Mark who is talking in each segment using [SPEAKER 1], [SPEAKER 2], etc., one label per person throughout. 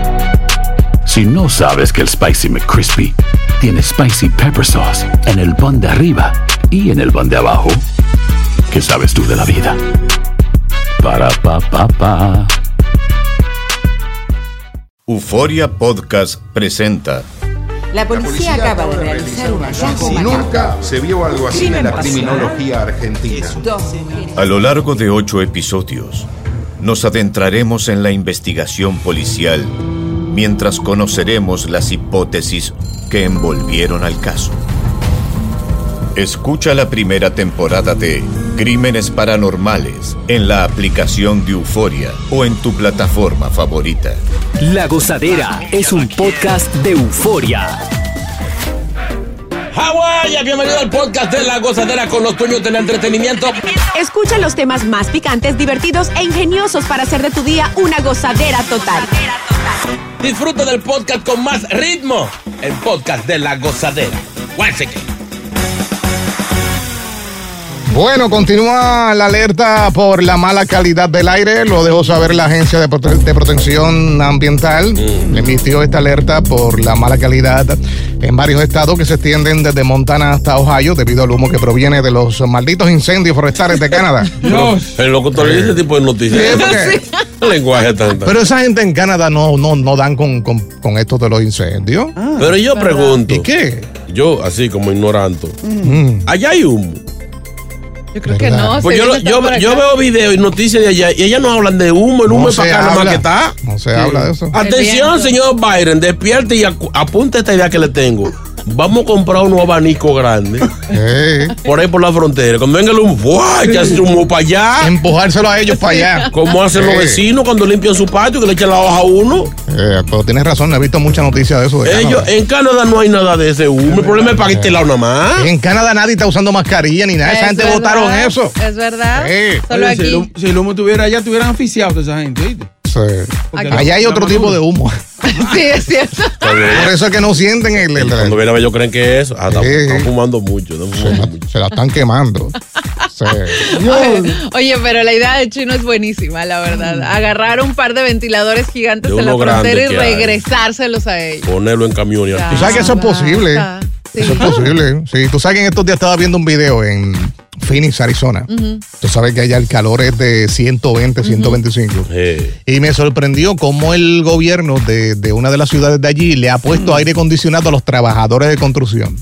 [SPEAKER 1] Si no sabes que el Spicy McCrispy tiene Spicy Pepper Sauce en el pan de arriba y en el pan de abajo, ¿qué sabes tú de la vida? Para, pa, pa, pa.
[SPEAKER 2] Euforia Podcast presenta.
[SPEAKER 3] La policía, acaba de realizar un hallazgo macabro.
[SPEAKER 4] Nunca se vio algo así en la
[SPEAKER 3] Crimen
[SPEAKER 4] criminología argentina.
[SPEAKER 3] Dos mujeres.
[SPEAKER 2] A lo largo de ocho episodios, nos adentraremos en la investigación policial mientras conoceremos las hipótesis que envolvieron al caso. Escucha la primera temporada de Crímenes Paranormales en la aplicación de Euforia o en tu plataforma favorita.
[SPEAKER 5] La Gozadera es un podcast de euforia.
[SPEAKER 6] Hawái, bienvenido al podcast de la gozadera con los dueños del entretenimiento.
[SPEAKER 7] Escucha los temas más picantes, divertidos e ingeniosos para hacer de tu día una gozadera total.
[SPEAKER 6] Disfruta del podcast con más ritmo. El podcast de la gozadera. Once again.
[SPEAKER 8] Bueno, continúa la alerta por la mala calidad del aire. Lo dejó saber la Agencia de, Prote- de Protección Ambiental. Emitió esta alerta por la mala calidad en varios estados que se extienden desde Montana hasta Ohio debido al humo que proviene de los malditos incendios forestales de Canadá.
[SPEAKER 6] El locutor le dice ese tipo de noticias.
[SPEAKER 8] Sí, porque-
[SPEAKER 6] El lenguaje tanta.
[SPEAKER 8] Pero esa gente en Canadá no, no, no dan con, con, con esto de los incendios.
[SPEAKER 9] Ah.
[SPEAKER 6] Pero yo pregunto.
[SPEAKER 8] ¿Y qué? Mm,
[SPEAKER 6] Yo, así como ignorante. Allá hay humo.
[SPEAKER 9] Mm. Yo creo que
[SPEAKER 8] ¿Verdad?
[SPEAKER 9] no.
[SPEAKER 6] Pues
[SPEAKER 9] se
[SPEAKER 6] yo,
[SPEAKER 9] vino
[SPEAKER 6] lo- yo-
[SPEAKER 9] hasta por
[SPEAKER 6] yo
[SPEAKER 9] acá.
[SPEAKER 6] veo videos y noticias de allá y ellas no hablan de humo. El humo
[SPEAKER 8] No
[SPEAKER 6] es para
[SPEAKER 8] se
[SPEAKER 6] acá nomás
[SPEAKER 8] habla.
[SPEAKER 6] que está.
[SPEAKER 8] No se habla de eso.
[SPEAKER 6] Atención,
[SPEAKER 9] El viento.
[SPEAKER 6] señor Byron, despierte y acu- apunte esta idea que le tengo. Vamos a comprar un abanico grande.
[SPEAKER 8] Eh,
[SPEAKER 6] por ahí por la frontera. Cuando venga el humo, ¡buah! ya se humó para allá.
[SPEAKER 8] empujárselo a ellos para allá.
[SPEAKER 6] Como hacen los
[SPEAKER 8] Sí.
[SPEAKER 6] vecinos cuando limpian su patio, que le echan la hoja a uno.
[SPEAKER 8] Eh, pero tienes razón, no he visto mucha noticia de eso. de
[SPEAKER 6] Ellos,
[SPEAKER 8] Canadá.
[SPEAKER 6] en Canadá no hay nada de ese humo. El problema es para este lado nada más.
[SPEAKER 8] En Canadá nadie está usando mascarilla ni nada. Esa
[SPEAKER 9] Es
[SPEAKER 8] gente
[SPEAKER 9] verdad,
[SPEAKER 8] votaron eso.
[SPEAKER 9] Es verdad.
[SPEAKER 8] Sí.
[SPEAKER 9] Solo
[SPEAKER 10] Oye, Si, el humo,
[SPEAKER 9] aquí.
[SPEAKER 10] si el humo tuviera allá, estuvieran asfixiados toda esa gente, ¿viste?
[SPEAKER 8] Sí.
[SPEAKER 10] Porque la-
[SPEAKER 8] Allá hay
[SPEAKER 10] la
[SPEAKER 8] otro
[SPEAKER 10] mano
[SPEAKER 8] tipo
[SPEAKER 10] dura.
[SPEAKER 8] de humo.
[SPEAKER 9] Sí, es cierto.
[SPEAKER 8] Por eso es que no sienten el. el-
[SPEAKER 6] Cuando
[SPEAKER 8] el-
[SPEAKER 6] viene a ver, ellos creen que es eso. Ah, están,
[SPEAKER 8] Sí.
[SPEAKER 6] están fumando mucho. están
[SPEAKER 8] se,
[SPEAKER 6] fumando
[SPEAKER 8] la,
[SPEAKER 6] mucho.
[SPEAKER 8] se la están quemando. Sí.
[SPEAKER 9] Oye, pero la idea del chino es buenísima, la verdad. Agarrar un par de ventiladores gigantes
[SPEAKER 6] De
[SPEAKER 9] en la
[SPEAKER 6] uno grande
[SPEAKER 9] frontera y
[SPEAKER 6] que hay.
[SPEAKER 9] regresárselos a ellos.
[SPEAKER 6] Ponerlo en camión y
[SPEAKER 8] Tú
[SPEAKER 6] artículo.
[SPEAKER 8] sabes que eso es posible.
[SPEAKER 9] Ah, sí.
[SPEAKER 8] Eso es posible. Sí, tú sabes que en estos días estaba viendo un video en Phoenix, Arizona. Tú sabes que allá el calor es de 120, 125.
[SPEAKER 6] Eh,
[SPEAKER 8] Y me sorprendió cómo el gobierno de, de una de las ciudades de allí le ha puesto aire acondicionado a los trabajadores de construcción.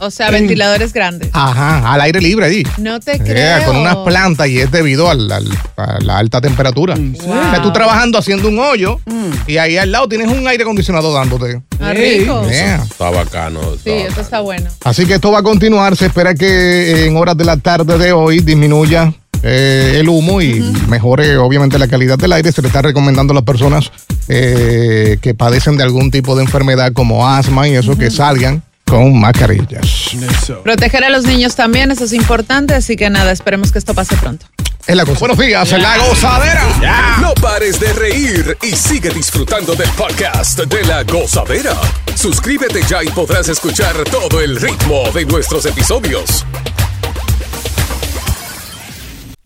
[SPEAKER 9] O sea, ventiladores grandes.
[SPEAKER 8] Ajá, al aire libre allí.
[SPEAKER 9] No te
[SPEAKER 8] Yeah,
[SPEAKER 9] creo.
[SPEAKER 8] Eh, con unas plantas y es debido al- al- a la alta temperatura. O sea, tú trabajando haciendo un hoyo
[SPEAKER 9] Mm.
[SPEAKER 8] y ahí al lado tienes un aire acondicionado dándote.
[SPEAKER 9] Ah,
[SPEAKER 10] Ey.
[SPEAKER 9] rico.
[SPEAKER 8] Yeah.
[SPEAKER 6] está bacano. está
[SPEAKER 9] Sí, eso está bueno.
[SPEAKER 8] Así que esto va a continuar. Se espera que en horas de la tarde de hoy disminuya eh, el humo y mejore obviamente la calidad del aire. Se le está recomendando a las personas eh, que padecen de algún tipo de enfermedad como asma y eso que salgan con mascarillas.
[SPEAKER 10] Eso.
[SPEAKER 9] Proteger a los niños también, eso es importante. Así que nada, esperemos que esto pase pronto.
[SPEAKER 8] Es la cosa. Buenos días, en la gozadera.
[SPEAKER 11] No pares de reír y sigue disfrutando del podcast de la gozadera. Suscríbete ya y podrás escuchar todo el ritmo de nuestros episodios.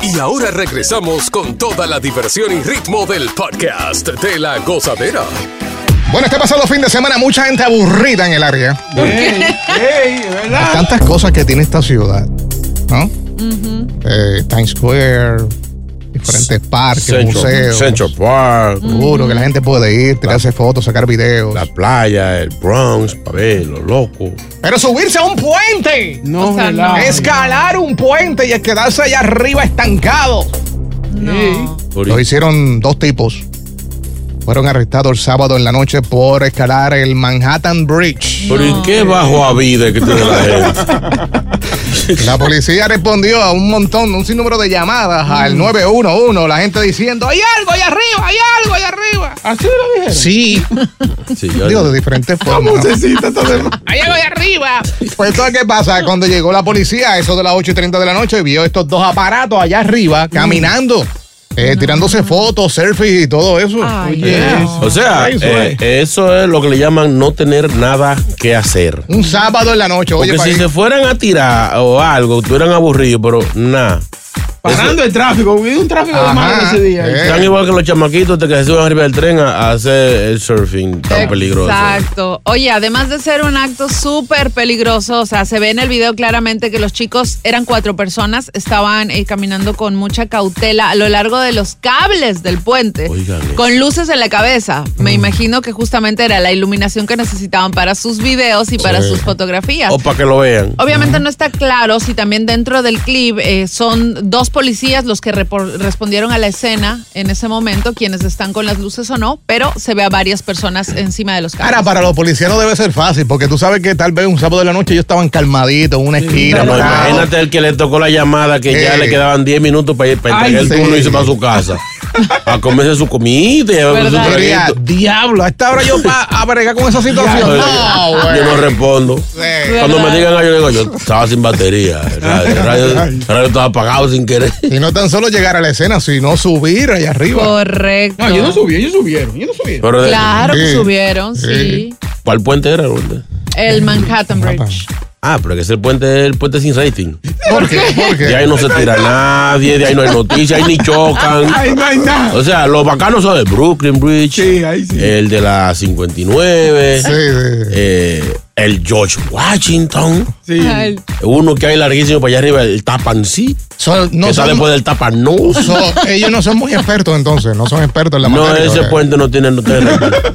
[SPEAKER 11] Y ahora regresamos con toda la diversión y ritmo del podcast de la gozadera.
[SPEAKER 8] Bueno, este pasado fin de semana mucha gente aburrida en el área.
[SPEAKER 10] Ey, ey, es verdad.
[SPEAKER 8] tantas cosas que tiene esta ciudad, ¿no? Eh, Times Square, diferentes parques,
[SPEAKER 6] Central-
[SPEAKER 8] museos.
[SPEAKER 6] Central Park.
[SPEAKER 8] Seguro que la gente puede ir, tirarse fotos, sacar videos.
[SPEAKER 6] La playa, el Bronx, para ver, los locos.
[SPEAKER 8] Pero subirse a un puente.
[SPEAKER 10] No, O sea, no.
[SPEAKER 8] Escalar un puente y quedarse allá arriba estancado. Lo hicieron dos tipos. Fueron arrestados el sábado en la noche por escalar el Manhattan Bridge.
[SPEAKER 6] Pero ¿y qué bajo a vida que tiene la gente?
[SPEAKER 8] La policía respondió a un montón, un sinnúmero de
[SPEAKER 6] Mm.
[SPEAKER 8] llamadas al 911, la gente diciendo, ¡Hay algo allá arriba! ¡Hay algo allá arriba!
[SPEAKER 10] ¿Así lo dijeron?
[SPEAKER 8] Sí. Digo, de diferentes formas. ¿no?
[SPEAKER 10] Ahí
[SPEAKER 8] voy arriba. Pues entonces, ¿qué pasa? Cuando llegó la policía, a eso de las 8 y 30 de la noche, vio estos dos aparatos allá
[SPEAKER 6] Mm.
[SPEAKER 8] arriba caminando, eh, tirándose fotos, selfies y todo eso.
[SPEAKER 6] O sea,
[SPEAKER 8] Eso
[SPEAKER 6] eh, eso es lo que le llaman no tener nada que hacer.
[SPEAKER 8] Un sábado en la noche, oye,
[SPEAKER 6] Porque si
[SPEAKER 8] país.
[SPEAKER 6] se fueran a tirar o algo, estuvieran aburridos, pero nada.
[SPEAKER 10] Parando el tráfico, hubo un tráfico de malo ese día.
[SPEAKER 8] Eh.
[SPEAKER 6] Están igual que los chamaquitos de que se suben arriba del tren a a hacer el surfing tan peligroso.
[SPEAKER 9] Exacto. Oye, además de ser un acto súper peligroso, o sea, se ve en el video claramente que los chicos eran cuatro personas, estaban eh, caminando con mucha cautela a lo largo de los cables del puente, con luces en la cabeza. Me imagino que justamente era la iluminación que necesitaban para sus videos y para
[SPEAKER 6] Sí.
[SPEAKER 9] sus fotografías.
[SPEAKER 6] O para que lo vean.
[SPEAKER 9] Obviamente no está claro si también dentro del clip eh, son dos policías los que repor- respondieron a la escena en ese momento, quienes están con las luces o no, pero se ve a varias personas encima de los carros.
[SPEAKER 8] Ahora, para los policías no debe ser fácil, porque tú sabes que tal vez un sábado de la noche ellos estaban calmaditos en una esquina.
[SPEAKER 6] No,
[SPEAKER 8] parados.
[SPEAKER 6] imagínate el que le tocó la llamada que ya
[SPEAKER 8] Eh.
[SPEAKER 6] le quedaban 10 minutos para, ir- para
[SPEAKER 8] Ay,
[SPEAKER 6] entregar el
[SPEAKER 8] sí.
[SPEAKER 6] turno y irse para su casa. A comerse su comida. y a beber su
[SPEAKER 8] ¿Verdad?
[SPEAKER 6] traguito.
[SPEAKER 8] Diablo, a esta hora yo para bregar con esa situación. No,
[SPEAKER 6] Yo-
[SPEAKER 8] güey.
[SPEAKER 6] yo no respondo. Cuando me digan, yo digo, yo estaba sin batería. El radio, el radio- el radio estaba apagado sin querer.
[SPEAKER 8] Y no tan solo llegar a la escena, sino subir allá arriba.
[SPEAKER 9] Correcto.
[SPEAKER 10] No, yo no subí, ellos subieron. Yo no subí.
[SPEAKER 6] Pero de-
[SPEAKER 9] Claro que
[SPEAKER 6] Sí.
[SPEAKER 9] subieron, sí.
[SPEAKER 6] ¿Cuál puente era? Gorda?
[SPEAKER 9] El Manhattan Bridge.
[SPEAKER 6] Ah, pero que es el puente, el puente sin rating.
[SPEAKER 8] ¿Por qué?
[SPEAKER 6] De ahí no se tira nadie, de ahí no hay noticias, ahí ni chocan.
[SPEAKER 10] Ahí no hay nada.
[SPEAKER 6] O sea, los bacanos son el Brooklyn Bridge, el de la 59, eh, el George Washington,
[SPEAKER 9] Ay.
[SPEAKER 6] uno que hay larguísimo para allá arriba, el Tapan Sea,
[SPEAKER 8] no
[SPEAKER 6] que está
[SPEAKER 8] son-
[SPEAKER 6] después del Tapan No.
[SPEAKER 8] So, ellos no son muy expertos entonces, no son expertos en la
[SPEAKER 6] No,
[SPEAKER 8] materia.
[SPEAKER 6] ese
[SPEAKER 8] ¿verdad?
[SPEAKER 6] puente no tiene... No tiene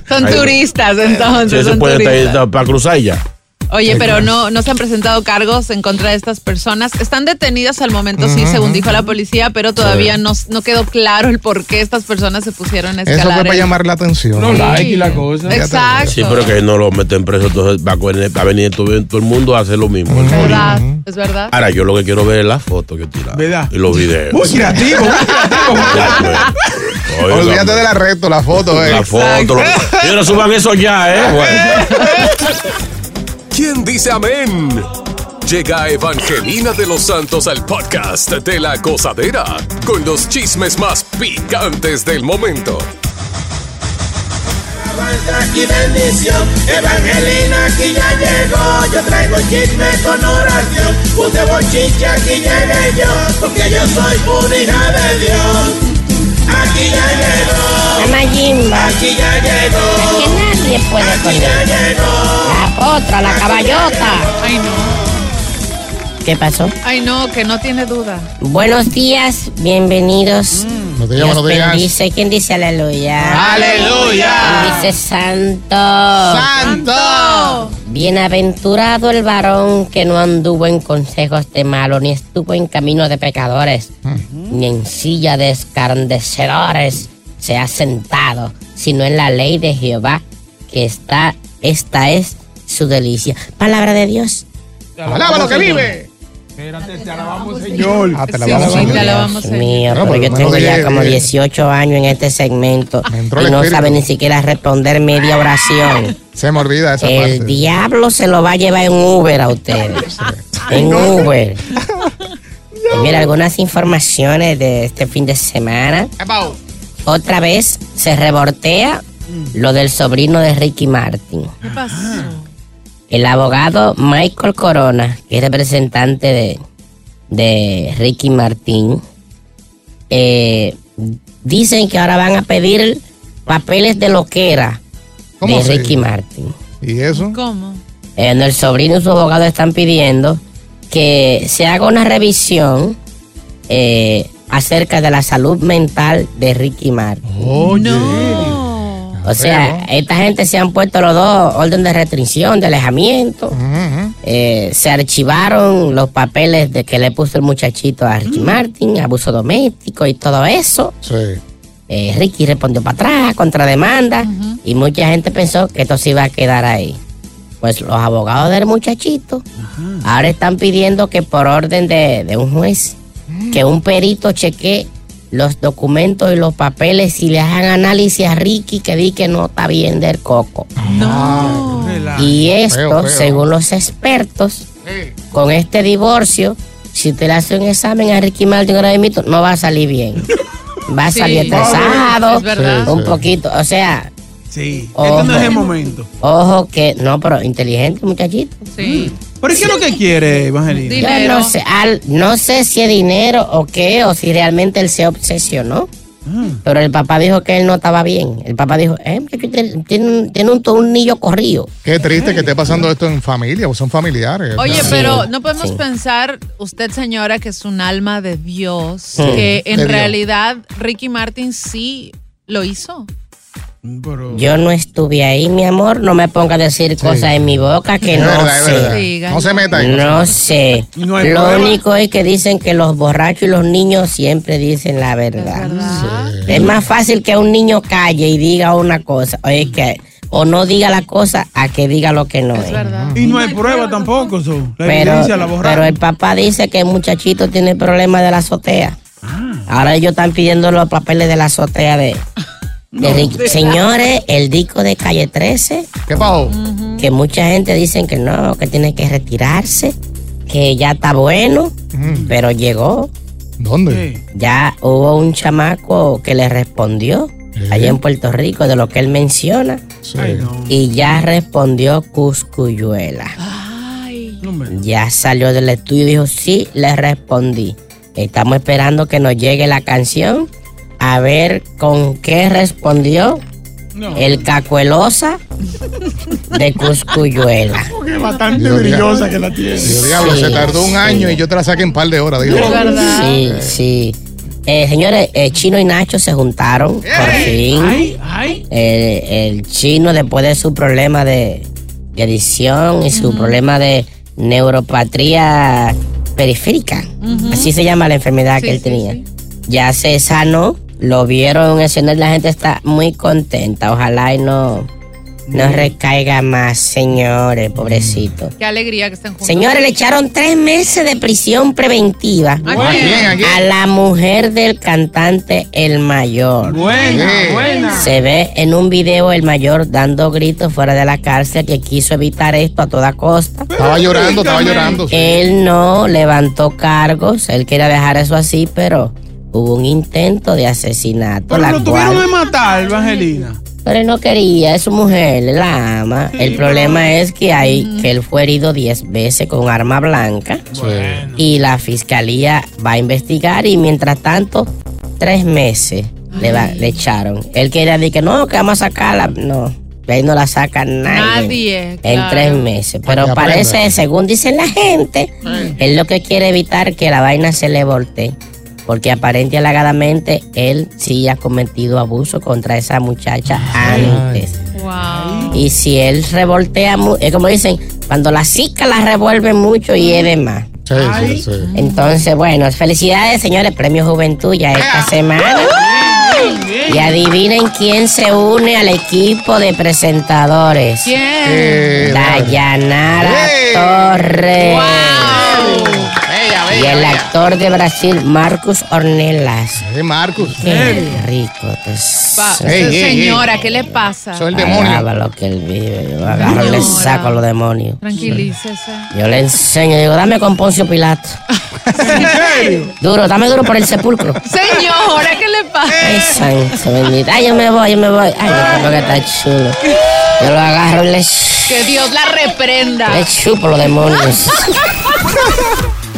[SPEAKER 9] Son
[SPEAKER 6] Ahí-
[SPEAKER 9] turistas, entonces.
[SPEAKER 6] Sí, ese
[SPEAKER 9] son
[SPEAKER 6] puente está ahí
[SPEAKER 9] turistas.
[SPEAKER 6] está para cruzar y ya.
[SPEAKER 9] Oye, pero no, no se han presentado cargos en contra de estas personas. Están detenidas al momento, sí, según dijo la policía, pero todavía no, no quedó claro el por qué estas personas se pusieron a escalar.
[SPEAKER 8] Eso fue para
[SPEAKER 9] el-
[SPEAKER 8] llamar la atención.
[SPEAKER 9] No, like y la
[SPEAKER 10] cosa.
[SPEAKER 9] Exacto.
[SPEAKER 6] Sí, pero que no lo meten preso, entonces va a venir- va a venir todo, todo el mundo a hacer lo mismo.
[SPEAKER 9] Es verdad, Ah, es verdad.
[SPEAKER 6] Ahora, yo lo que quiero ver es las fotos que tiraron.
[SPEAKER 10] ¿Verdad?
[SPEAKER 6] Y los videos.
[SPEAKER 10] Muy creativo, muy
[SPEAKER 6] Oiga,
[SPEAKER 8] Olvídate de la recto, la foto, eh.
[SPEAKER 6] La foto. lo- Y no suban eso ya, ¿eh? Bueno.
[SPEAKER 11] ¿Quién dice amén? Llega Evangelina de los Santos al podcast de la gozadera con los chismes más picantes del momento.
[SPEAKER 12] Aquí bendición, Evangelina aquí ya llegó, yo traigo chisme con oración, puse bochiche aquí llegué yo, porque yo soy una hija de Dios. Aquí ya llegó, aquí ya llegó,
[SPEAKER 13] Que nadie puede con
[SPEAKER 12] ya llegó.
[SPEAKER 13] La potra, la caballota.
[SPEAKER 9] Ay, no.
[SPEAKER 13] ¿Qué pasó?
[SPEAKER 9] Ay, no, que no tiene duda. Mm.
[SPEAKER 13] Buenos días, bienvenidos.
[SPEAKER 8] No te
[SPEAKER 13] Dios
[SPEAKER 8] llamo, no te llamas.
[SPEAKER 13] bendice. ¿Quién dice aleluya?
[SPEAKER 8] ¡Aleluya!
[SPEAKER 13] ¿Quién dice santo?
[SPEAKER 8] Ah. ¡Santo!
[SPEAKER 13] Bienaventurado el varón que no anduvo en consejos de malo, ni estuvo en camino de pecadores, ni en silla de escarnecedores se ha sentado, sino en la ley de Jehová, que está, esta es su delicia. Palabra de Dios.
[SPEAKER 8] Alaba lo que vive.
[SPEAKER 10] Espérate, te alabamos, Señor.
[SPEAKER 8] Ah, te
[SPEAKER 10] Sí,
[SPEAKER 8] alabamos,
[SPEAKER 10] sí,
[SPEAKER 8] Señor.
[SPEAKER 10] te alabamos,
[SPEAKER 13] Dios
[SPEAKER 10] Señor.
[SPEAKER 13] mío,
[SPEAKER 8] No,
[SPEAKER 13] pero
[SPEAKER 8] por
[SPEAKER 13] yo
[SPEAKER 8] lo
[SPEAKER 13] tengo
[SPEAKER 8] menos
[SPEAKER 13] ya
[SPEAKER 8] dile-
[SPEAKER 13] como
[SPEAKER 8] dile.
[SPEAKER 13] 18 años en este segmento
[SPEAKER 8] entró
[SPEAKER 13] y
[SPEAKER 8] el
[SPEAKER 13] no
[SPEAKER 8] espíritu.
[SPEAKER 13] sabe ni siquiera responder media oración.
[SPEAKER 8] Se me olvida esa
[SPEAKER 13] El
[SPEAKER 8] parte.
[SPEAKER 13] diablo se lo va a llevar en Uber a ustedes. en Uber. Y Mira, algunas informaciones de este fin de semana. Otra vez se rebortea lo del sobrino de Ricky Martin.
[SPEAKER 9] ¿Qué pasó?
[SPEAKER 13] El abogado Michael Corona, que es representante de, de Ricky Martín, eh, dicen que ahora van a pedir papeles de loquera
[SPEAKER 8] ¿Cómo
[SPEAKER 13] de
[SPEAKER 8] así?
[SPEAKER 13] Ricky Martin.
[SPEAKER 8] ¿Y eso?
[SPEAKER 9] ¿Cómo?
[SPEAKER 13] En el sobrino y su abogado están pidiendo que se haga una revisión eh, acerca de la salud mental de Ricky Martin.
[SPEAKER 8] Oh,
[SPEAKER 13] O sea, esta gente se han puesto los dos orden de restricción, de alejamiento.
[SPEAKER 8] Mm.
[SPEAKER 13] Eh, se archivaron los papeles de que le puso el muchachito a Ricky Martin, abuso doméstico y todo eso.
[SPEAKER 8] Sí.
[SPEAKER 13] Eh, Ricky respondió para atrás, contrademanda, y mucha gente pensó que esto se iba a quedar ahí. Pues los abogados del muchachito ahora están pidiendo que por orden de, de un juez, que un perito chequee los documentos y los papeles y le hagan análisis a Ricky que di que no está bien del coco.
[SPEAKER 10] No.
[SPEAKER 13] Y esto,
[SPEAKER 10] Feo, feo.
[SPEAKER 13] según los expertos, con este divorcio, si te le hace un examen a Ricky Martin ahora mismo, no va a salir bien. Va a
[SPEAKER 10] Sí.
[SPEAKER 13] salir estresado,
[SPEAKER 10] Es verdad.
[SPEAKER 13] un
[SPEAKER 10] Sí, sí.
[SPEAKER 13] poquito, o sea...
[SPEAKER 10] Sí, Este no es el momento.
[SPEAKER 13] Ojo que, no, pero inteligente muchachito. Sí.
[SPEAKER 10] ¿Pero qué es lo que quiere, Evangelina?
[SPEAKER 13] Yo no sé, al- no sé si es dinero o qué, o si realmente él se obsesionó.
[SPEAKER 10] Mm.
[SPEAKER 13] Pero el papá dijo que él no estaba bien. El papá dijo, eh, muchacho, tiene, tiene un, tiene un tornillo corrido.
[SPEAKER 8] Qué triste que esté pasando esto en familia, o son familiares.
[SPEAKER 9] Oye,
[SPEAKER 8] claro.
[SPEAKER 9] pero no podemos
[SPEAKER 8] sí.
[SPEAKER 9] pensar, usted señora, que es un alma de Dios,
[SPEAKER 8] Sí.
[SPEAKER 9] que en
[SPEAKER 8] De Dios.
[SPEAKER 9] realidad Ricky Martin sí lo hizo.
[SPEAKER 10] Mm.
[SPEAKER 13] Yo no estuve ahí, mi amor. No me ponga a decir cosas en mi boca que
[SPEAKER 9] Es
[SPEAKER 13] no
[SPEAKER 9] verdad, es
[SPEAKER 13] sé.
[SPEAKER 9] verdad. Diga, No se no. meta ahí.
[SPEAKER 13] No sé.
[SPEAKER 9] No hay
[SPEAKER 13] Lo
[SPEAKER 9] prueba.
[SPEAKER 13] único es que dicen que los borrachos y los niños siempre dicen la verdad. Sí. Es más fácil que un niño calle y diga una cosa. Oye, que o no diga la cosa a que diga lo que no es.
[SPEAKER 10] Y no hay prueba tampoco, eso. La
[SPEAKER 13] Pero,
[SPEAKER 10] evidencia la borraron.
[SPEAKER 13] pero el papá dice que el muchachito tiene problemas de la azotea.
[SPEAKER 10] Ah.
[SPEAKER 13] Ahora ellos están pidiendo los papeles de la azotea de, de
[SPEAKER 10] No.
[SPEAKER 13] Ricky. Señores, el disco de calle 13.
[SPEAKER 8] ¿Qué pasó?
[SPEAKER 13] Que mucha gente dicen que no, que tiene que retirarse, que ya está bueno, pero llegó.
[SPEAKER 8] Mm, ¿Dónde?
[SPEAKER 13] Ya hubo un chamaco que le respondió allá en Puerto Rico de lo que él menciona. Y ya respondió Cuscuyuela. Ya salió del estudio y dijo, sí, le respondí. Estamos esperando que nos llegue la canción. A ver con qué respondió el cacuelosa de Cuscuyuela.
[SPEAKER 10] Es bastante
[SPEAKER 8] Dios,
[SPEAKER 10] brillosa que la tiene.
[SPEAKER 8] Dios, diablo, se tardó un año y yo te la saqué en par de horas. Digo.
[SPEAKER 13] Sí, sí. Eh, señores, eh, Chino y Nacho se juntaron, por fin. Eh, el chino, después de su problema de, de adicción y su problema de neuropatía periférica, así se llama la enfermedad que él tenía, ya se sanó, lo vieron en el escenario, la gente está muy contenta, ojalá y no, no recaiga más, señores, pobrecito.
[SPEAKER 9] Qué alegría que estén juntos.
[SPEAKER 13] Señores, le echaron tres meses de prisión preventiva
[SPEAKER 9] ¿A quién? ¿A quién? ¿A quién?
[SPEAKER 13] a la mujer del cantante El Mayor.
[SPEAKER 10] Buena, Sí. buena.
[SPEAKER 13] Se ve en un video El Mayor dando gritos fuera de la cárcel que quiso evitar esto a toda costa.
[SPEAKER 8] Estaba llorando, estaba llorando, sí.
[SPEAKER 13] Él no levantó cargos, él quería dejar eso así, pero hubo un intento de asesinato.
[SPEAKER 10] Pero
[SPEAKER 13] la
[SPEAKER 10] lo
[SPEAKER 13] cual-
[SPEAKER 10] tuvieron que matar, Evangelina.
[SPEAKER 13] pero él no quería, es su mujer, él la ama. el problema es que hay, que él fue herido 10 veces con arma blanca. Y la fiscalía va a investigar y mientras tanto, tres meses le, va- le echaron. Él quería decir que no, que vamos a sacarla. No, de ahí no la saca nadie.
[SPEAKER 9] Nadie.
[SPEAKER 13] En
[SPEAKER 9] claro.
[SPEAKER 13] tres meses.
[SPEAKER 9] que
[SPEAKER 13] Pero
[SPEAKER 9] aprenda.
[SPEAKER 13] parece, según dicen la gente, él lo que quiere evitar que la vaina se le voltee. Porque aparente y alegadamente él sí ha cometido abuso contra esa muchacha antes. Y si él revoltea, mu- es como dicen, cuando la cica la revuelve mucho y es de más.
[SPEAKER 8] Sí, sí, sí.
[SPEAKER 13] Entonces, bueno, felicidades, señores, Premio Juventud ya esta semana. Y adivinen quién se une al equipo de presentadores.
[SPEAKER 8] ¿Quién?
[SPEAKER 13] Dayanara
[SPEAKER 8] ¡Eh!
[SPEAKER 13] Torres. Y el actor de Brasil, Marcos Ornelas.
[SPEAKER 8] Sí, Marcos.
[SPEAKER 13] Qué rico. Te...
[SPEAKER 9] Pa-
[SPEAKER 13] Ey, ey, ey.
[SPEAKER 9] señora, ¿qué le pasa?
[SPEAKER 13] Alaba lo que él vive. Yo agarro y le
[SPEAKER 9] Señora.
[SPEAKER 13] saco los demonios.
[SPEAKER 9] Tranquilícese.
[SPEAKER 13] Yo le enseño, digo, dame con Poncio Pilato. Duro, dame duro por el sepulcro.
[SPEAKER 9] Señora, ¿qué le
[SPEAKER 13] Ay,
[SPEAKER 9] pasa?
[SPEAKER 13] santo bendito. Ay, yo me voy, yo me voy. Ay, yo creo que está chulo. Yo lo agarro y le,
[SPEAKER 9] Que Dios la reprenda.
[SPEAKER 13] le chupo los demonios.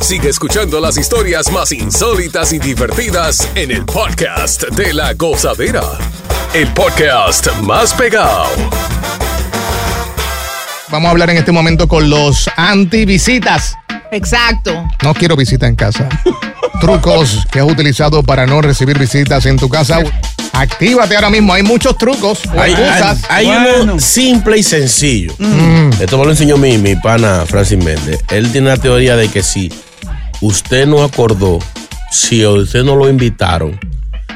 [SPEAKER 11] Sigue escuchando las historias más insólitas y divertidas en el podcast de la gozadera. El podcast más pegado.
[SPEAKER 8] Vamos a hablar en este momento con los antivisitas.
[SPEAKER 9] Exacto.
[SPEAKER 8] No quiero visita en casa. trucos que has utilizado para no recibir visitas en tu casa. Actívate ahora mismo, hay muchos trucos.
[SPEAKER 6] Hay,
[SPEAKER 8] cosas.
[SPEAKER 6] hay- hay uno simple y sencillo.
[SPEAKER 10] Mm.
[SPEAKER 6] Mm. Esto me lo enseñó mi, mi pana Francis Méndez. Él tiene una teoría de que si usted no acordó, si a usted no lo invitaron,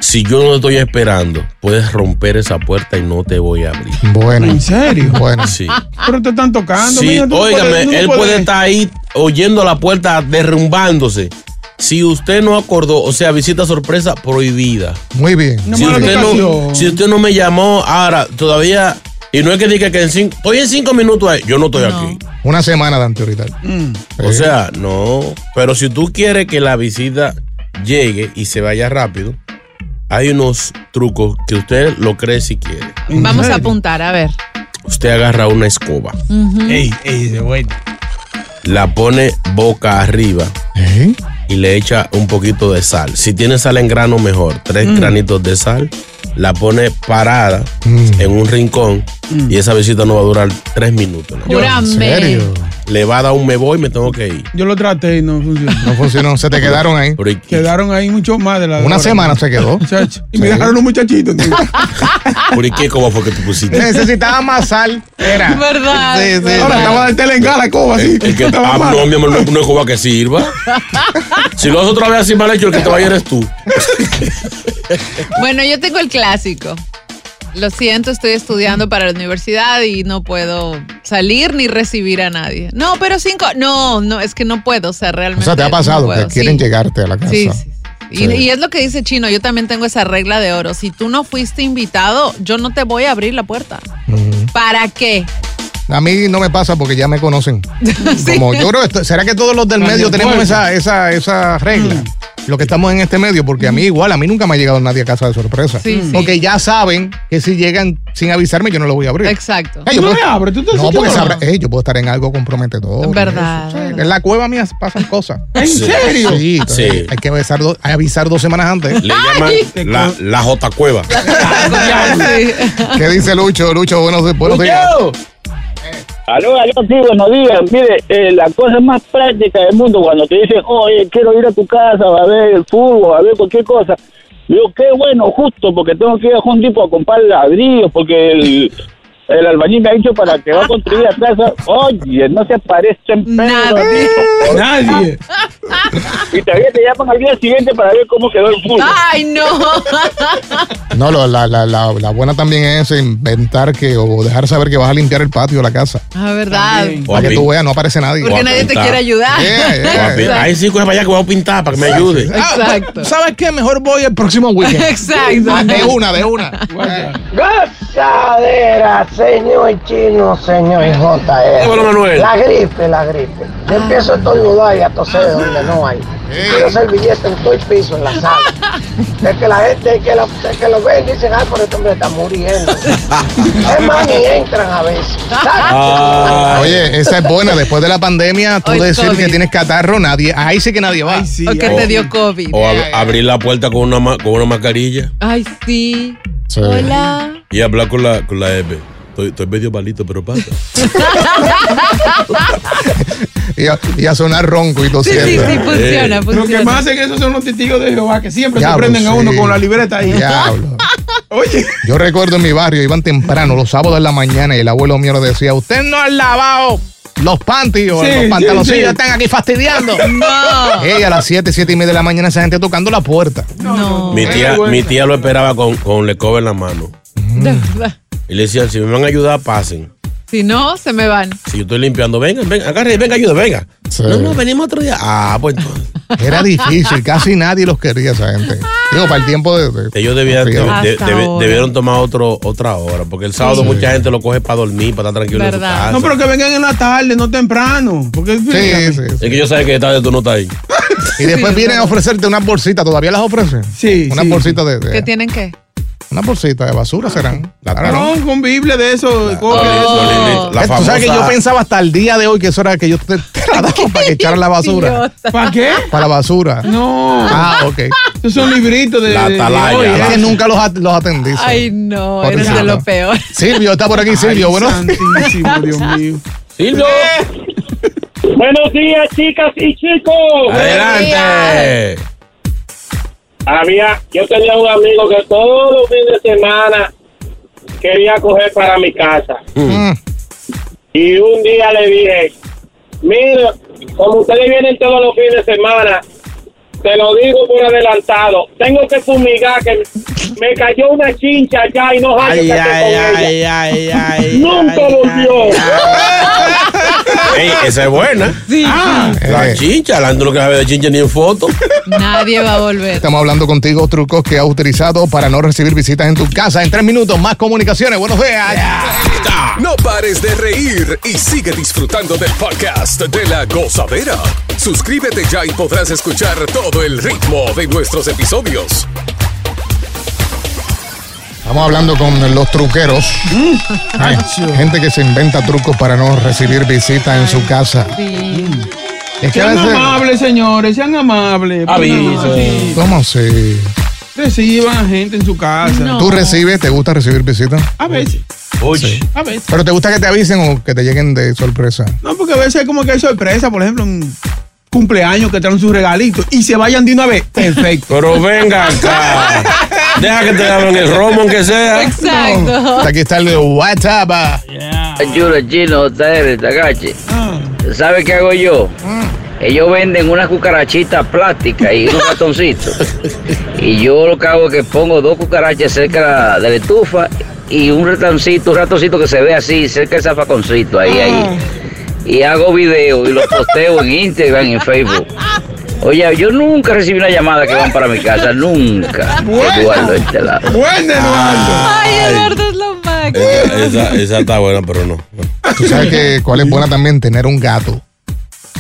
[SPEAKER 6] si yo no lo estoy esperando, puedes romper esa puerta y no te voy a abrir.
[SPEAKER 8] Bueno.
[SPEAKER 10] ¿En serio?
[SPEAKER 8] Bueno.
[SPEAKER 6] Sí.
[SPEAKER 10] Pero te están tocando.
[SPEAKER 6] Sí,
[SPEAKER 10] mira, tú no
[SPEAKER 6] óigame,
[SPEAKER 10] puedes- tú no
[SPEAKER 6] él
[SPEAKER 10] puedes-
[SPEAKER 6] puede estar ahí oyendo la puerta derrumbándose. Si usted no acordó, o sea, visita sorpresa prohibida.
[SPEAKER 8] Muy bien.
[SPEAKER 6] si, usted no, si usted no me llamó ahora, todavía, y no es que diga que en cinco, estoy en cinco minutos ahí, yo no estoy aquí.
[SPEAKER 8] Una semana, Dante, ahorita.
[SPEAKER 10] Mm.
[SPEAKER 8] ¿Eh?
[SPEAKER 6] O sea, no. Pero si tú quieres que la visita llegue y se vaya rápido, hay unos trucos que usted lo cree si quiere.
[SPEAKER 9] Vamos a apuntar, a ver.
[SPEAKER 6] Usted agarra una escoba.
[SPEAKER 9] Ujú.
[SPEAKER 6] la pone boca arriba
[SPEAKER 8] ¿Eh?
[SPEAKER 6] y le echa un poquito de sal. Si tiene sal en grano, mejor. Tres
[SPEAKER 10] Mm.
[SPEAKER 6] granitos de sal. La pone parada en un rincón
[SPEAKER 10] Mm.
[SPEAKER 6] y esa visita no va a durar tres minutos. ¿no?
[SPEAKER 10] Júrame. ¿En serio?
[SPEAKER 6] Le va a dar un me voy, me tengo que ir.
[SPEAKER 10] Yo lo traté y no funcionó.
[SPEAKER 8] No funcionó, se te quedaron ahí.
[SPEAKER 6] Pero, ¿y qué?
[SPEAKER 10] Quedaron ahí mucho más de la
[SPEAKER 6] Una
[SPEAKER 10] hora.
[SPEAKER 6] semana se quedó.
[SPEAKER 10] Muchacho. Y me
[SPEAKER 6] Sí.
[SPEAKER 10] dejaron un muchachito. tío.
[SPEAKER 6] ¿Por qué? ¿Cómo fue que tú pusiste?
[SPEAKER 10] Eh,
[SPEAKER 8] Necesitaba más sal. Era.
[SPEAKER 9] ¿Verdad?
[SPEAKER 8] Sí, sí.
[SPEAKER 10] Ahora te voy a dar telengana la escoba, así.
[SPEAKER 6] El que,
[SPEAKER 10] Estaba
[SPEAKER 6] ah,
[SPEAKER 10] mal.
[SPEAKER 6] no, mi amor, no es una escoba que sirva. Si lo haces otra vez así mal hecho, el que te vaya eres tú.
[SPEAKER 9] Bueno, yo tengo el clásico. Lo siento, estoy estudiando para la universidad y no puedo salir ni recibir a nadie. No, pero cinco. No, no, es que no puedo. O sea,
[SPEAKER 8] O
[SPEAKER 9] realmente.
[SPEAKER 8] sea, te ha
[SPEAKER 9] no
[SPEAKER 8] pasado
[SPEAKER 9] puedo,
[SPEAKER 8] que quieren
[SPEAKER 9] sí.
[SPEAKER 8] llegarte a la casa.
[SPEAKER 9] Sí, sí, sí. Y,
[SPEAKER 8] Sí.
[SPEAKER 9] y es lo que dice Chino, yo también tengo esa regla de oro. Si tú no fuiste invitado, yo no te voy a abrir la puerta.
[SPEAKER 8] Ujú.
[SPEAKER 9] ¿Para qué?
[SPEAKER 8] A mí no me pasa porque ya me conocen. Como yo creo, esto- ¿será que todos los del
[SPEAKER 10] Ay,
[SPEAKER 8] medio
[SPEAKER 10] Dios
[SPEAKER 8] tenemos
[SPEAKER 10] mío.
[SPEAKER 8] esa, esa, esa regla?
[SPEAKER 10] Mm.
[SPEAKER 8] Los que estamos en este medio, porque a mí igual, a mí nunca me ha llegado nadie a casa de sorpresa.
[SPEAKER 10] Sí, sí.
[SPEAKER 8] Porque ya saben que si llegan sin avisarme, yo no lo voy a abrir.
[SPEAKER 9] Exacto.
[SPEAKER 8] Eh, yo
[SPEAKER 10] Tú no
[SPEAKER 8] puedo-
[SPEAKER 10] me abres, tú te
[SPEAKER 8] No,
[SPEAKER 10] tú
[SPEAKER 8] porque
[SPEAKER 10] no.
[SPEAKER 8] sabrá- eh, yo puedo estar en algo comprometedor.
[SPEAKER 9] Verdad,
[SPEAKER 8] Sí, En la cueva mía pasan cosas.
[SPEAKER 10] ¿En
[SPEAKER 6] Sí.
[SPEAKER 10] serio?
[SPEAKER 8] Sí,
[SPEAKER 6] Sí.
[SPEAKER 8] entonces hay que avisar, dos- hay que avisar dos semanas antes.
[SPEAKER 6] Le llaman la, la J Cueva.
[SPEAKER 8] ¿Qué dice Lucho? Lucho, buenos, buenos días.
[SPEAKER 14] Aló, aló, sí, buenos días. Mire, eh, la cosa más práctica del mundo, cuando te dicen, oye, quiero ir a tu casa a ver el fútbol, a ver cualquier cosa. Digo, qué bueno, justo, porque tengo que ir a un tipo a comprar ladrillos, porque el, el albañil me ha dicho para que va a construir la casa. Oye, no se aparecen perros.
[SPEAKER 10] Nadie.
[SPEAKER 14] Y todavía te llaman al día siguiente para ver cómo quedó el fútbol.
[SPEAKER 9] Ay, no.
[SPEAKER 8] No, lo- la, la, la, la buena también es inventar que o dejar saber que vas a limpiar el patio de la casa.
[SPEAKER 9] La verdad.
[SPEAKER 6] O a
[SPEAKER 8] Para que tú
[SPEAKER 6] pin-
[SPEAKER 8] veas, no aparece nadie.
[SPEAKER 6] Porque nadie te quiere
[SPEAKER 9] ayudar.
[SPEAKER 6] O a pin- Ahí sí, coge para allá que voy a pintar para que me ayude.
[SPEAKER 8] Ah,
[SPEAKER 9] Exacto.
[SPEAKER 8] ¿Sabes qué? Mejor voy el próximo weekend.
[SPEAKER 9] Exacto.
[SPEAKER 8] De una, de una.
[SPEAKER 12] Gozadera, señor chino, señor JR.
[SPEAKER 6] Dímelo, Manuel.
[SPEAKER 12] La gripe, la gripe. Yo empiezo a estornudar y a toser de donde no hay. Quiero
[SPEAKER 8] Eh,
[SPEAKER 12] servilleta en todo el piso, en la sala. Es que la gente que, la, es que lo ven dicen, ay, pero este hombre está muriendo. es más, ni entran a veces.
[SPEAKER 8] Oye, esa es buena. Después de la pandemia, tú
[SPEAKER 9] Hoy
[SPEAKER 8] decir
[SPEAKER 9] COVID.
[SPEAKER 8] que tienes catarro, nadie. Ahí sí que nadie va.
[SPEAKER 9] o que te dio COVID.
[SPEAKER 6] O ab- abrir la puerta con una, ma- con una mascarilla
[SPEAKER 9] Ay, sí.
[SPEAKER 8] Eh.
[SPEAKER 6] Sí.
[SPEAKER 9] Hola.
[SPEAKER 6] y hablar con la, con la EPE. Estoy, estoy medio malito, pero pasa.
[SPEAKER 8] Y a, y a sonar ronco y
[SPEAKER 10] Sí,
[SPEAKER 8] tosiendo.
[SPEAKER 10] sí, sí,
[SPEAKER 8] Eh,
[SPEAKER 10] funciona, Lo que más hacen eso son los testigos de Jehová, que siempre
[SPEAKER 8] Diablo,
[SPEAKER 10] sorprenden a uno
[SPEAKER 8] sí.
[SPEAKER 10] con la libreta ahí.
[SPEAKER 8] Diablo. Oye. Yo recuerdo en mi barrio, iban temprano, los sábados en la mañana, y el abuelo mío le decía, usted no ha lavado los panties o
[SPEAKER 10] Sí,
[SPEAKER 8] los
[SPEAKER 10] sí,
[SPEAKER 8] pantaloncillos
[SPEAKER 10] sí.
[SPEAKER 8] están aquí fastidiando.
[SPEAKER 10] No.
[SPEAKER 8] Ey, a las 7, 7 y media de la mañana esa gente tocando la puerta.
[SPEAKER 6] Mi tía, mi tía lo esperaba con, con le cobre en la mano. Y le decía, si me van a ayudar, pasen.
[SPEAKER 9] Si no, se me van.
[SPEAKER 6] Si yo estoy limpiando, vengan, vengan, agarre, venga, ayuda, venga. No, no, venimos otro día. Ah, pues entonces.
[SPEAKER 8] Era difícil, casi nadie los quería esa gente. Digo, para el tiempo de... de-
[SPEAKER 6] Ellos debían,
[SPEAKER 8] Confío.
[SPEAKER 6] de- de-
[SPEAKER 8] Hasta
[SPEAKER 6] debe-
[SPEAKER 8] ahora.
[SPEAKER 6] debieron tomar otro, otra hora, porque el sábado
[SPEAKER 10] Sí.
[SPEAKER 6] mucha gente lo coge para dormir, para estar tranquilo en su casa.
[SPEAKER 10] No, pero que vengan en la tarde, no temprano. Porque fíjate.
[SPEAKER 6] Es que yo sabía que tarde tú no estás ahí.
[SPEAKER 8] y después vienen a ofrecerte unas bolsitas, ¿todavía las ofrecen? Sí. Unas bolsitas de...
[SPEAKER 9] ¿Qué
[SPEAKER 8] de
[SPEAKER 9] tienen que?
[SPEAKER 8] unas bolsitas de basura serán. Ahora no.
[SPEAKER 10] No, con Biblia de eso. cobre, eso.
[SPEAKER 8] Eh, Oh. Tú sabes que yo pensaba hasta el día de hoy que eso era que yo te, te la daba para que echara la basura.
[SPEAKER 10] ¿Para qué?
[SPEAKER 8] Para la basura.
[SPEAKER 10] No.
[SPEAKER 8] Ah, ok.
[SPEAKER 10] Esos son libritos de. de- de hoy,
[SPEAKER 8] Es
[SPEAKER 10] ¿eh?
[SPEAKER 8] que nunca los, at- los atendí.
[SPEAKER 9] Ay, no,
[SPEAKER 8] Por
[SPEAKER 9] eres de
[SPEAKER 8] ejemplo.
[SPEAKER 9] lo peor.
[SPEAKER 8] Silvio está por aquí, Silvio. Bueno.
[SPEAKER 10] Dios mío.
[SPEAKER 6] Silvio.
[SPEAKER 15] Buenos días, chicas y chicos.
[SPEAKER 6] Adelante.
[SPEAKER 15] Había, yo tenía un amigo que todos los fines de semana quería coger para mi casa.
[SPEAKER 8] Mm.
[SPEAKER 15] Y un día le dije, mira, como ustedes vienen todos los fines de semana, te lo digo por adelantado, tengo que fumigar que me cayó una chincha allá y no hay
[SPEAKER 6] Ay,
[SPEAKER 15] que
[SPEAKER 6] ay,
[SPEAKER 15] hacer con
[SPEAKER 6] ay,
[SPEAKER 15] ella".
[SPEAKER 6] ay, ay.
[SPEAKER 15] Nunca volvió.
[SPEAKER 6] Ey, esa es buena. Ah,
[SPEAKER 9] Sí.
[SPEAKER 6] la chincha, la gente no que sabe de chincha ni en foto.
[SPEAKER 9] Nadie va a volver.
[SPEAKER 8] Estamos hablando contigo trucos que has utilizado para no recibir visitas en tu casa. En tres minutos, más comunicaciones. Buenos días.
[SPEAKER 11] No pares de reír y sigue disfrutando del podcast de la gozadera. Suscríbete ya y podrás escuchar todo el ritmo de nuestros episodios.
[SPEAKER 8] Estamos hablando con los truqueros. Ay, gente que se inventa trucos para no recibir visitas en su casa.
[SPEAKER 10] Sí.
[SPEAKER 8] Es que a
[SPEAKER 10] Sean
[SPEAKER 8] veces-
[SPEAKER 10] amables, señores, sean amables.
[SPEAKER 8] Aviso. ¿Cómo así?
[SPEAKER 10] Reciban a gente en su casa.
[SPEAKER 8] ¿Tú
[SPEAKER 9] Oh.
[SPEAKER 8] recibes? ¿Te gusta recibir visitas?
[SPEAKER 10] A veces,
[SPEAKER 8] Sí.
[SPEAKER 10] a veces.
[SPEAKER 8] ¿Pero te gusta que te avisen o que te lleguen de sorpresa?
[SPEAKER 10] No, porque a veces como que hay sorpresa, por ejemplo, un cumpleaños que traen sus regalitos y se vayan de una vez. Perfecto.
[SPEAKER 6] Pero venga acá. Deja que te abran el romo, aunque sea.
[SPEAKER 8] No. Aquí está el de WhatsApp. ah.
[SPEAKER 16] Chulo, chino, ustedes, tagache. ¿Sabe qué hago yo?
[SPEAKER 10] Mm.
[SPEAKER 16] Ellos venden una cucarachita plástica y unos ratoncitos. y yo lo que hago es que pongo dos cucarachas cerca de la estufa y un ratoncito, un ratoncito que se ve así, cerca del zafaconcito, ahí, ahí.
[SPEAKER 3] Ah.
[SPEAKER 16] Y hago video y lo posteo en Instagram y en Facebook. Oye, yo nunca recibí una llamada que van para mi casa, nunca. Eduardo, este lado.
[SPEAKER 9] Ay, Eduardo es
[SPEAKER 8] Eh.
[SPEAKER 9] lo máximo.
[SPEAKER 6] Ah, Esa, esa está buena, pero no.
[SPEAKER 8] Tú sabes que cuál es buena también tener un gato.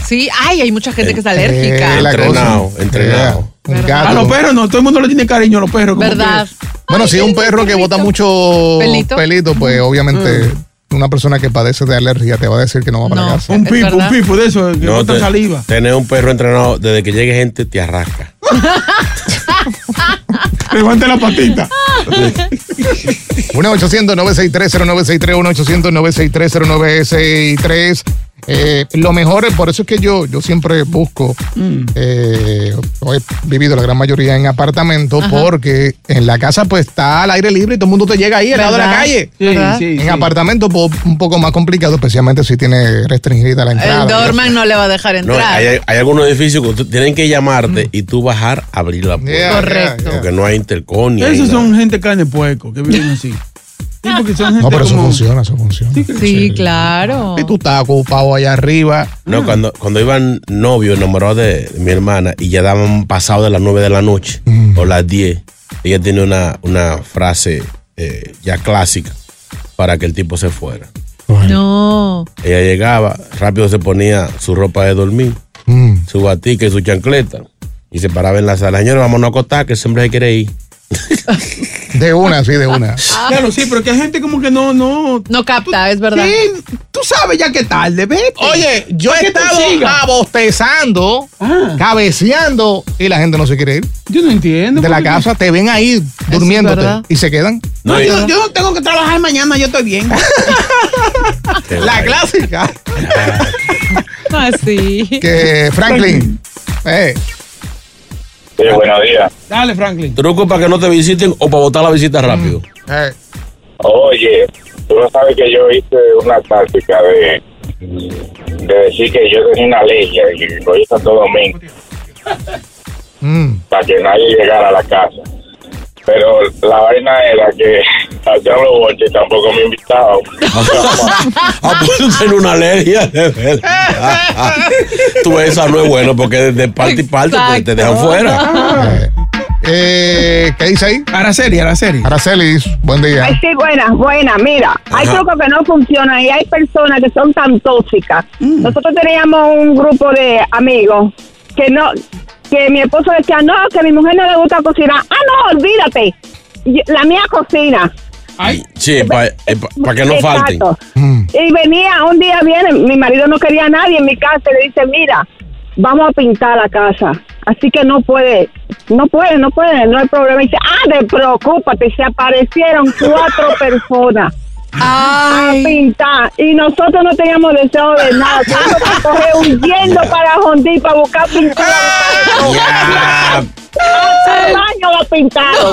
[SPEAKER 9] Sí, ay, hay mucha gente que es alérgica.
[SPEAKER 8] Eh, la cosa.
[SPEAKER 6] Entrenado, entrenado.
[SPEAKER 8] Eh, un gato.
[SPEAKER 10] A los perros no, todo el mundo le tiene cariño a los perros. como
[SPEAKER 9] ¿Verdad?
[SPEAKER 8] Bueno, si es un perro que bota mucho
[SPEAKER 10] Pelito. Mm.
[SPEAKER 8] pelito, pues obviamente una persona que padece de alergia te va a decir que no va para
[SPEAKER 10] No,
[SPEAKER 8] casa.
[SPEAKER 10] un pipo, un pipo de eso, que
[SPEAKER 6] No,
[SPEAKER 10] botan
[SPEAKER 6] te-
[SPEAKER 10] saliva.
[SPEAKER 6] Tener un perro entrenado, desde que llegue gente, te arrasca.
[SPEAKER 10] Levante la patita.
[SPEAKER 8] 1-800-963-0963-1-800-963-0963. Eh, lo mejor, por eso es que yo, yo siempre busco,
[SPEAKER 10] Mm.
[SPEAKER 8] eh, o he vivido la gran mayoría en apartamentos,
[SPEAKER 10] Ajá.
[SPEAKER 8] porque en la casa pues está al aire libre y todo el mundo te llega ahí, al lado de la
[SPEAKER 10] ¿Verdad?
[SPEAKER 8] calle.
[SPEAKER 10] Sí, ¿Verdad? sí,
[SPEAKER 8] en
[SPEAKER 10] sí.
[SPEAKER 8] apartamentos po- un poco más complicado, especialmente si tiene restringida la entrada.
[SPEAKER 9] El Dorman no le va a dejar
[SPEAKER 6] No,
[SPEAKER 9] entrar.
[SPEAKER 6] hay, hay algunos edificios que tú- tienen que llamarte y tú bajar, abrir la puerta.
[SPEAKER 8] Yeah, Correcto.
[SPEAKER 6] Porque no hay interconio.
[SPEAKER 10] Esos son gente carne de puerco, que viven así. Sí, porque son gente
[SPEAKER 8] No, pero eso
[SPEAKER 10] como-
[SPEAKER 8] funciona, eso funciona.
[SPEAKER 9] Sí, claro.
[SPEAKER 8] Y tú estás ocupado allá arriba.
[SPEAKER 6] No, cuando, cuando iban novios enamorados de, de mi hermana y ya daban pasado de las 9 de la noche o las 10, ella tiene una, una frase eh, ya clásica para que el tipo se fuera.
[SPEAKER 9] No.
[SPEAKER 6] Ella llegaba, rápido se ponía su ropa de dormir,
[SPEAKER 8] Mm.
[SPEAKER 6] su batica y su chancleta y se paraba en la sala. Señor, vámonos a acostar, que siempre se quiere ir.
[SPEAKER 8] De una, sí, de una.
[SPEAKER 10] Claro, sí, pero que hay gente como que no, no.
[SPEAKER 9] No capta, es verdad.
[SPEAKER 10] Sí, tú sabes ya que tarde, vete.
[SPEAKER 17] Oye, yo he
[SPEAKER 10] Que te
[SPEAKER 17] estado
[SPEAKER 10] pues siga. Ah.
[SPEAKER 17] abostezando,
[SPEAKER 8] cabeceando y la gente no se quiere ir.
[SPEAKER 10] Yo no entiendo.
[SPEAKER 8] De la
[SPEAKER 10] ¿por qué?
[SPEAKER 8] casa te ven ahí durmiéndote
[SPEAKER 10] verdad.
[SPEAKER 8] y se quedan.
[SPEAKER 10] No, yo, yo no tengo que trabajar mañana, yo estoy bien.
[SPEAKER 8] La clásica.
[SPEAKER 9] Ah, Así.
[SPEAKER 8] Que Franklin. Eh,
[SPEAKER 15] Sí, buenos días.
[SPEAKER 10] Dale, Franklin.
[SPEAKER 6] Truco para que no te visiten o para botar la visita rápido.
[SPEAKER 8] eh,
[SPEAKER 15] Oye, tú no sabes que yo hice una táctica de, de decir que yo tenía una ley y lo hice todo domingo
[SPEAKER 8] mm.
[SPEAKER 15] para que nadie llegara a la casa. Pero la vaina era que allá los boches tampoco me invitaban.
[SPEAKER 6] Ah, pues tener una alergia de verdad. Tú ves, esa no es bueno porque de, de parte y parte pues, te dejan fuera.
[SPEAKER 8] eh, ¿Qué dice ahí?
[SPEAKER 10] Ah. Araceli, Araceli.
[SPEAKER 8] Araceli, buen día.
[SPEAKER 3] Ay, sí, buenas, buenas. Mira, hay
[SPEAKER 8] Ajá.
[SPEAKER 3] trucos que no funcionan y hay personas que son tan tóxicas. Nosotros teníamos un grupo de amigos que no, que mi esposo decía, no, que a mi mujer no le gusta cocinar. Ah, no, olvídate. Y- La mía cocina.
[SPEAKER 6] Sí, para que no falten.
[SPEAKER 3] Exacto. Y venía, un día viene, mi marido no quería a nadie en mi casa y le dice, mira, vamos a pintar la casa. Así que no puede, no puede, no puede, no hay problema. Y dice, ah, de preocúpate, se aparecieron cuatro personas. A pintar. Y nosotros no teníamos deseo de nada. Tuvimos que coger huyendo para Jondí para buscar pintura. Hace un año la pintaron.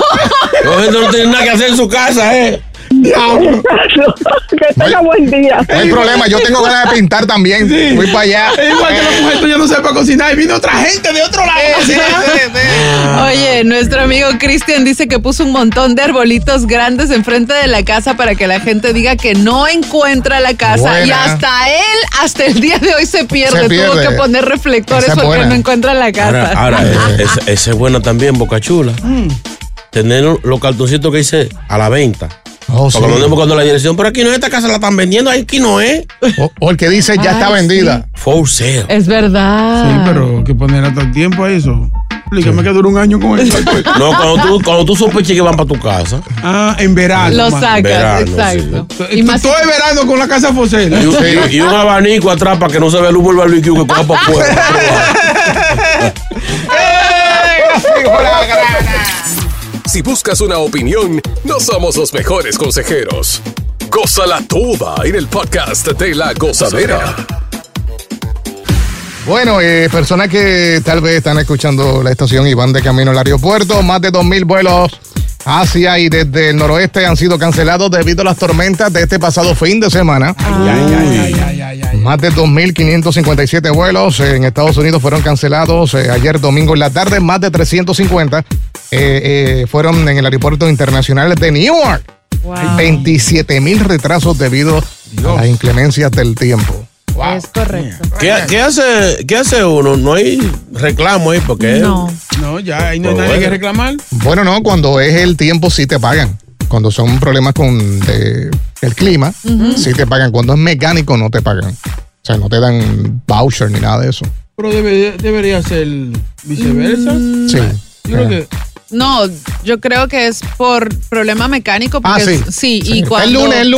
[SPEAKER 6] No, gente no tiene nada que hacer en su casa, ¿eh?
[SPEAKER 3] que tenga buen día.
[SPEAKER 8] No hay problema, yo tengo ganas de pintar también. Voy para allá. Eh.
[SPEAKER 10] Es igual que la mujer tuya no sepa cocinar y vino otra gente de otro lado.
[SPEAKER 9] eh,
[SPEAKER 10] a cocinar.
[SPEAKER 6] Ah.
[SPEAKER 9] Oye, nuestro amigo Cristian dice que puso un montón de arbolitos grandes enfrente de la casa para que la gente diga que no encuentra la casa.
[SPEAKER 8] Buena.
[SPEAKER 9] Y hasta él, hasta el día de hoy se pierde.
[SPEAKER 6] Se
[SPEAKER 9] Tuvo
[SPEAKER 6] pierde.
[SPEAKER 9] que poner reflectores
[SPEAKER 6] Esa es
[SPEAKER 9] porque
[SPEAKER 6] buena.
[SPEAKER 9] no encuentra la casa.
[SPEAKER 6] Ahora, ahora eh, esa, esa es buena también, Boca Chula. Tener los cartoncitos que hice a la venta.
[SPEAKER 10] Pues
[SPEAKER 8] Oh,
[SPEAKER 6] Porque
[SPEAKER 8] sí.
[SPEAKER 6] no andemos buscando la dirección, pero aquí no es esta casa, la están vendiendo, aquí no es.
[SPEAKER 8] O, el que dice
[SPEAKER 9] ya está Ay, vendida.
[SPEAKER 6] For sale.
[SPEAKER 9] Es verdad.
[SPEAKER 10] Sí, pero que poner hasta el tiempo a eso. Explícame que duró un año con eso.
[SPEAKER 6] No, cuando tú, cuando tú sospeches que van para tu casa.
[SPEAKER 10] Ah, en verano.
[SPEAKER 6] Lo
[SPEAKER 10] más.
[SPEAKER 6] sacas, Verano, exacto.
[SPEAKER 10] Y más- Todo el verano con la casa fosera.
[SPEAKER 6] Y, un- y- y un abanico atrás para que no se vea el humo del barbecue que coja para afuera.
[SPEAKER 11] Si buscas una opinión, no somos los mejores consejeros. Cosa la tuba en el podcast de la gozadera.
[SPEAKER 8] Bueno, eh, personas que tal vez están escuchando la estación y van de camino al aeropuerto, más de 2.000 vuelos hacia y desde el noroeste han sido cancelados debido a las tormentas de este pasado fin de semana. Más de 2.557 vuelos eh, en Estados Unidos fueron cancelados eh, ayer domingo en la tarde, más de 350 eh, eh, fueron en el aeropuerto internacional de Newark. 27.000 retrasos debido a las inclemencias del tiempo.
[SPEAKER 9] Es correcto.
[SPEAKER 6] ¿Qué, qué hace, ¿Qué hace uno? No hay reclamo ahí porque.
[SPEAKER 10] No, ya, ahí no hay
[SPEAKER 6] Pues
[SPEAKER 10] nadie que
[SPEAKER 6] bueno.
[SPEAKER 10] reclamar.
[SPEAKER 8] Bueno, no, cuando es el tiempo sí te pagan. Cuando son problemas con de- el clima,
[SPEAKER 10] Ujú.
[SPEAKER 8] sí te pagan. Cuando es mecánico, no te pagan. O sea, no te dan voucher ni nada de eso.
[SPEAKER 10] Pero debe- debería ser viceversa.
[SPEAKER 9] Mm.
[SPEAKER 8] Sí. Eh.
[SPEAKER 10] Yo
[SPEAKER 8] Mm.
[SPEAKER 10] creo que.
[SPEAKER 9] No, yo creo que es por problema mecánico.
[SPEAKER 8] Ah,
[SPEAKER 9] Porque
[SPEAKER 8] sí.
[SPEAKER 9] es- sí, y cuando.
[SPEAKER 8] El lunes, el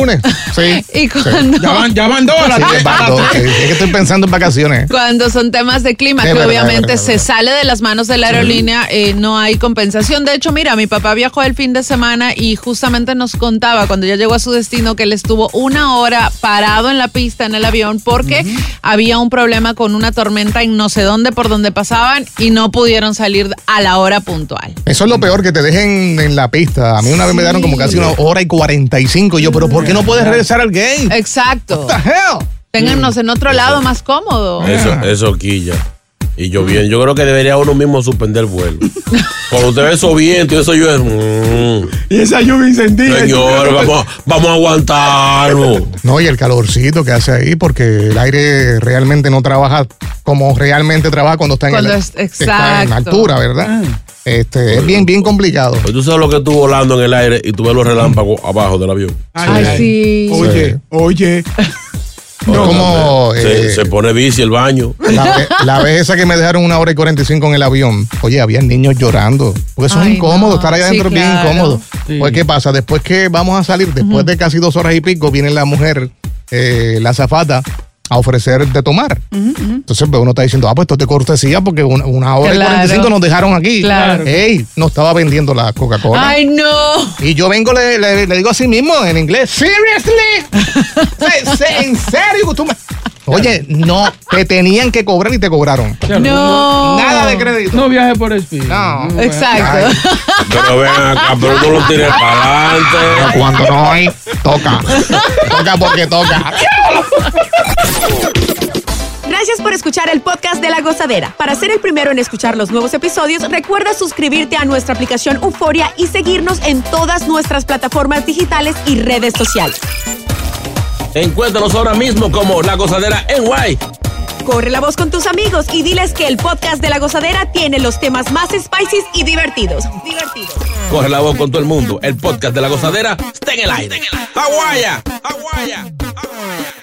[SPEAKER 8] lunes. Sí.
[SPEAKER 9] Y cuando- Ya van- ya van dos a la
[SPEAKER 8] Sí,
[SPEAKER 9] tres,
[SPEAKER 8] van
[SPEAKER 9] a la
[SPEAKER 8] dos,
[SPEAKER 9] tres.
[SPEAKER 8] sí. Es que estoy pensando en vacaciones.
[SPEAKER 9] Cuando son temas de clima,
[SPEAKER 8] Es
[SPEAKER 9] que
[SPEAKER 8] verdad,
[SPEAKER 9] obviamente
[SPEAKER 8] es
[SPEAKER 9] se sale de las manos de la aerolínea, eh, no hay compensación. De hecho, mira, mi papá viajó el fin de semana y justamente nos contaba cuando ya llegó a su destino que él estuvo una hora parado en la pista en el avión porque había un problema con una tormenta en no sé dónde por donde pasaban y no pudieron salir a la hora puntual.
[SPEAKER 8] Eso es lo peor, que te dejen en la pista. A mí una vez me dieron como casi una hora y 45. Y yo, pero ¿por qué no puedes regresar al game?
[SPEAKER 9] Eh. Exacto. Téngannos en otro lado más cómodo.
[SPEAKER 6] Eso, eso quilla. Y yo bien, yo creo que debería uno mismo suspender vuelo. Cuando usted ve esos vientos y eso llueve.
[SPEAKER 10] Y esa lluvia incendia.
[SPEAKER 6] Señor, vamos, vamos a aguantarnos.
[SPEAKER 8] No, y el calorcito que hace ahí, porque el aire realmente no trabaja como realmente trabaja cuando está en,
[SPEAKER 9] Cuando
[SPEAKER 8] el-
[SPEAKER 9] es-
[SPEAKER 8] que está en
[SPEAKER 9] exacto. Ah.
[SPEAKER 8] altura, ¿verdad? Este, es bien, bien complicado.
[SPEAKER 6] Pues tú sabes lo que tú volando en el aire y tú ves los relámpagos abajo del avión.
[SPEAKER 8] Ay,
[SPEAKER 10] Oye, oye.
[SPEAKER 8] como,
[SPEAKER 6] se,
[SPEAKER 8] eh,
[SPEAKER 6] se pone bici el baño.
[SPEAKER 8] La, ve- la vez esa que me dejaron una hora y 45 en el avión, oye, había niños llorando. Porque eso
[SPEAKER 18] Ay,
[SPEAKER 8] es incómodo,
[SPEAKER 18] no.
[SPEAKER 8] estar
[SPEAKER 18] Sí,
[SPEAKER 8] allá adentro es bien
[SPEAKER 18] claro.
[SPEAKER 8] incómodo. Pues, ¿qué pasa? Después que vamos a salir, después de casi dos horas y pico, viene la mujer, eh, la zafata, a ofrecer de tomar. Entonces, pues, uno está diciendo, ah, pues esto te cortesía porque una, una hora
[SPEAKER 9] Claro.
[SPEAKER 8] y 45 nos dejaron aquí.
[SPEAKER 9] Claro.
[SPEAKER 8] Ey, no estaba vendiendo la Coca-Cola.
[SPEAKER 9] Ay, no.
[SPEAKER 8] Y yo vengo, le, le- le digo así mismo en inglés. Seriously. Se- se- en serio, tú me- Oye, no, te tenían que cobrar y te cobraron.
[SPEAKER 9] No.
[SPEAKER 8] Nada de crédito.
[SPEAKER 10] No viaje por Speed.
[SPEAKER 8] No.
[SPEAKER 9] Exacto.
[SPEAKER 6] Pero ven acá, pero tú lo tires para adelante.
[SPEAKER 8] Cuando no hay, toca. toca porque toca.
[SPEAKER 7] Gracias por escuchar el podcast de La Gozadera. Para ser el primero en escuchar los nuevos episodios, recuerda suscribirte a nuestra aplicación Euforia y seguirnos en todas nuestras plataformas digitales y redes sociales.
[SPEAKER 19] Encuéntranos ahora mismo como La Gozadera en Guay.
[SPEAKER 7] Corre la voz con tus amigos y diles que el podcast de La Gozadera tiene los temas más spicy y divertidos. Divertidos.
[SPEAKER 19] Coge la voz con todo el mundo. El podcast de La Gozadera está en el aire. ¡Aguaya!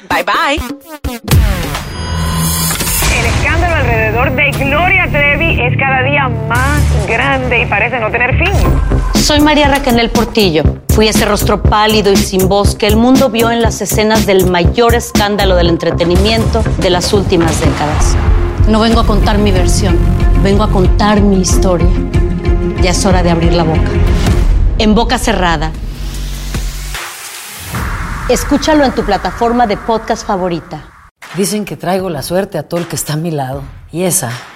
[SPEAKER 7] Bye bye.
[SPEAKER 4] El escándalo alrededor de Gloria Trevi es cada día más grande y parece no tener fin.
[SPEAKER 20] Soy María Raquel Portillo. Fui ese rostro pálido y sin voz que el mundo vio en las escenas del mayor escándalo del entretenimiento de las últimas décadas. No vengo a contar mi versión, vengo a contar mi historia. Ya es hora de abrir la boca. En boca cerrada. Escúchalo en tu plataforma de podcast favorita.
[SPEAKER 21] Dicen que traigo la suerte a todo el que está a mi lado. Y esa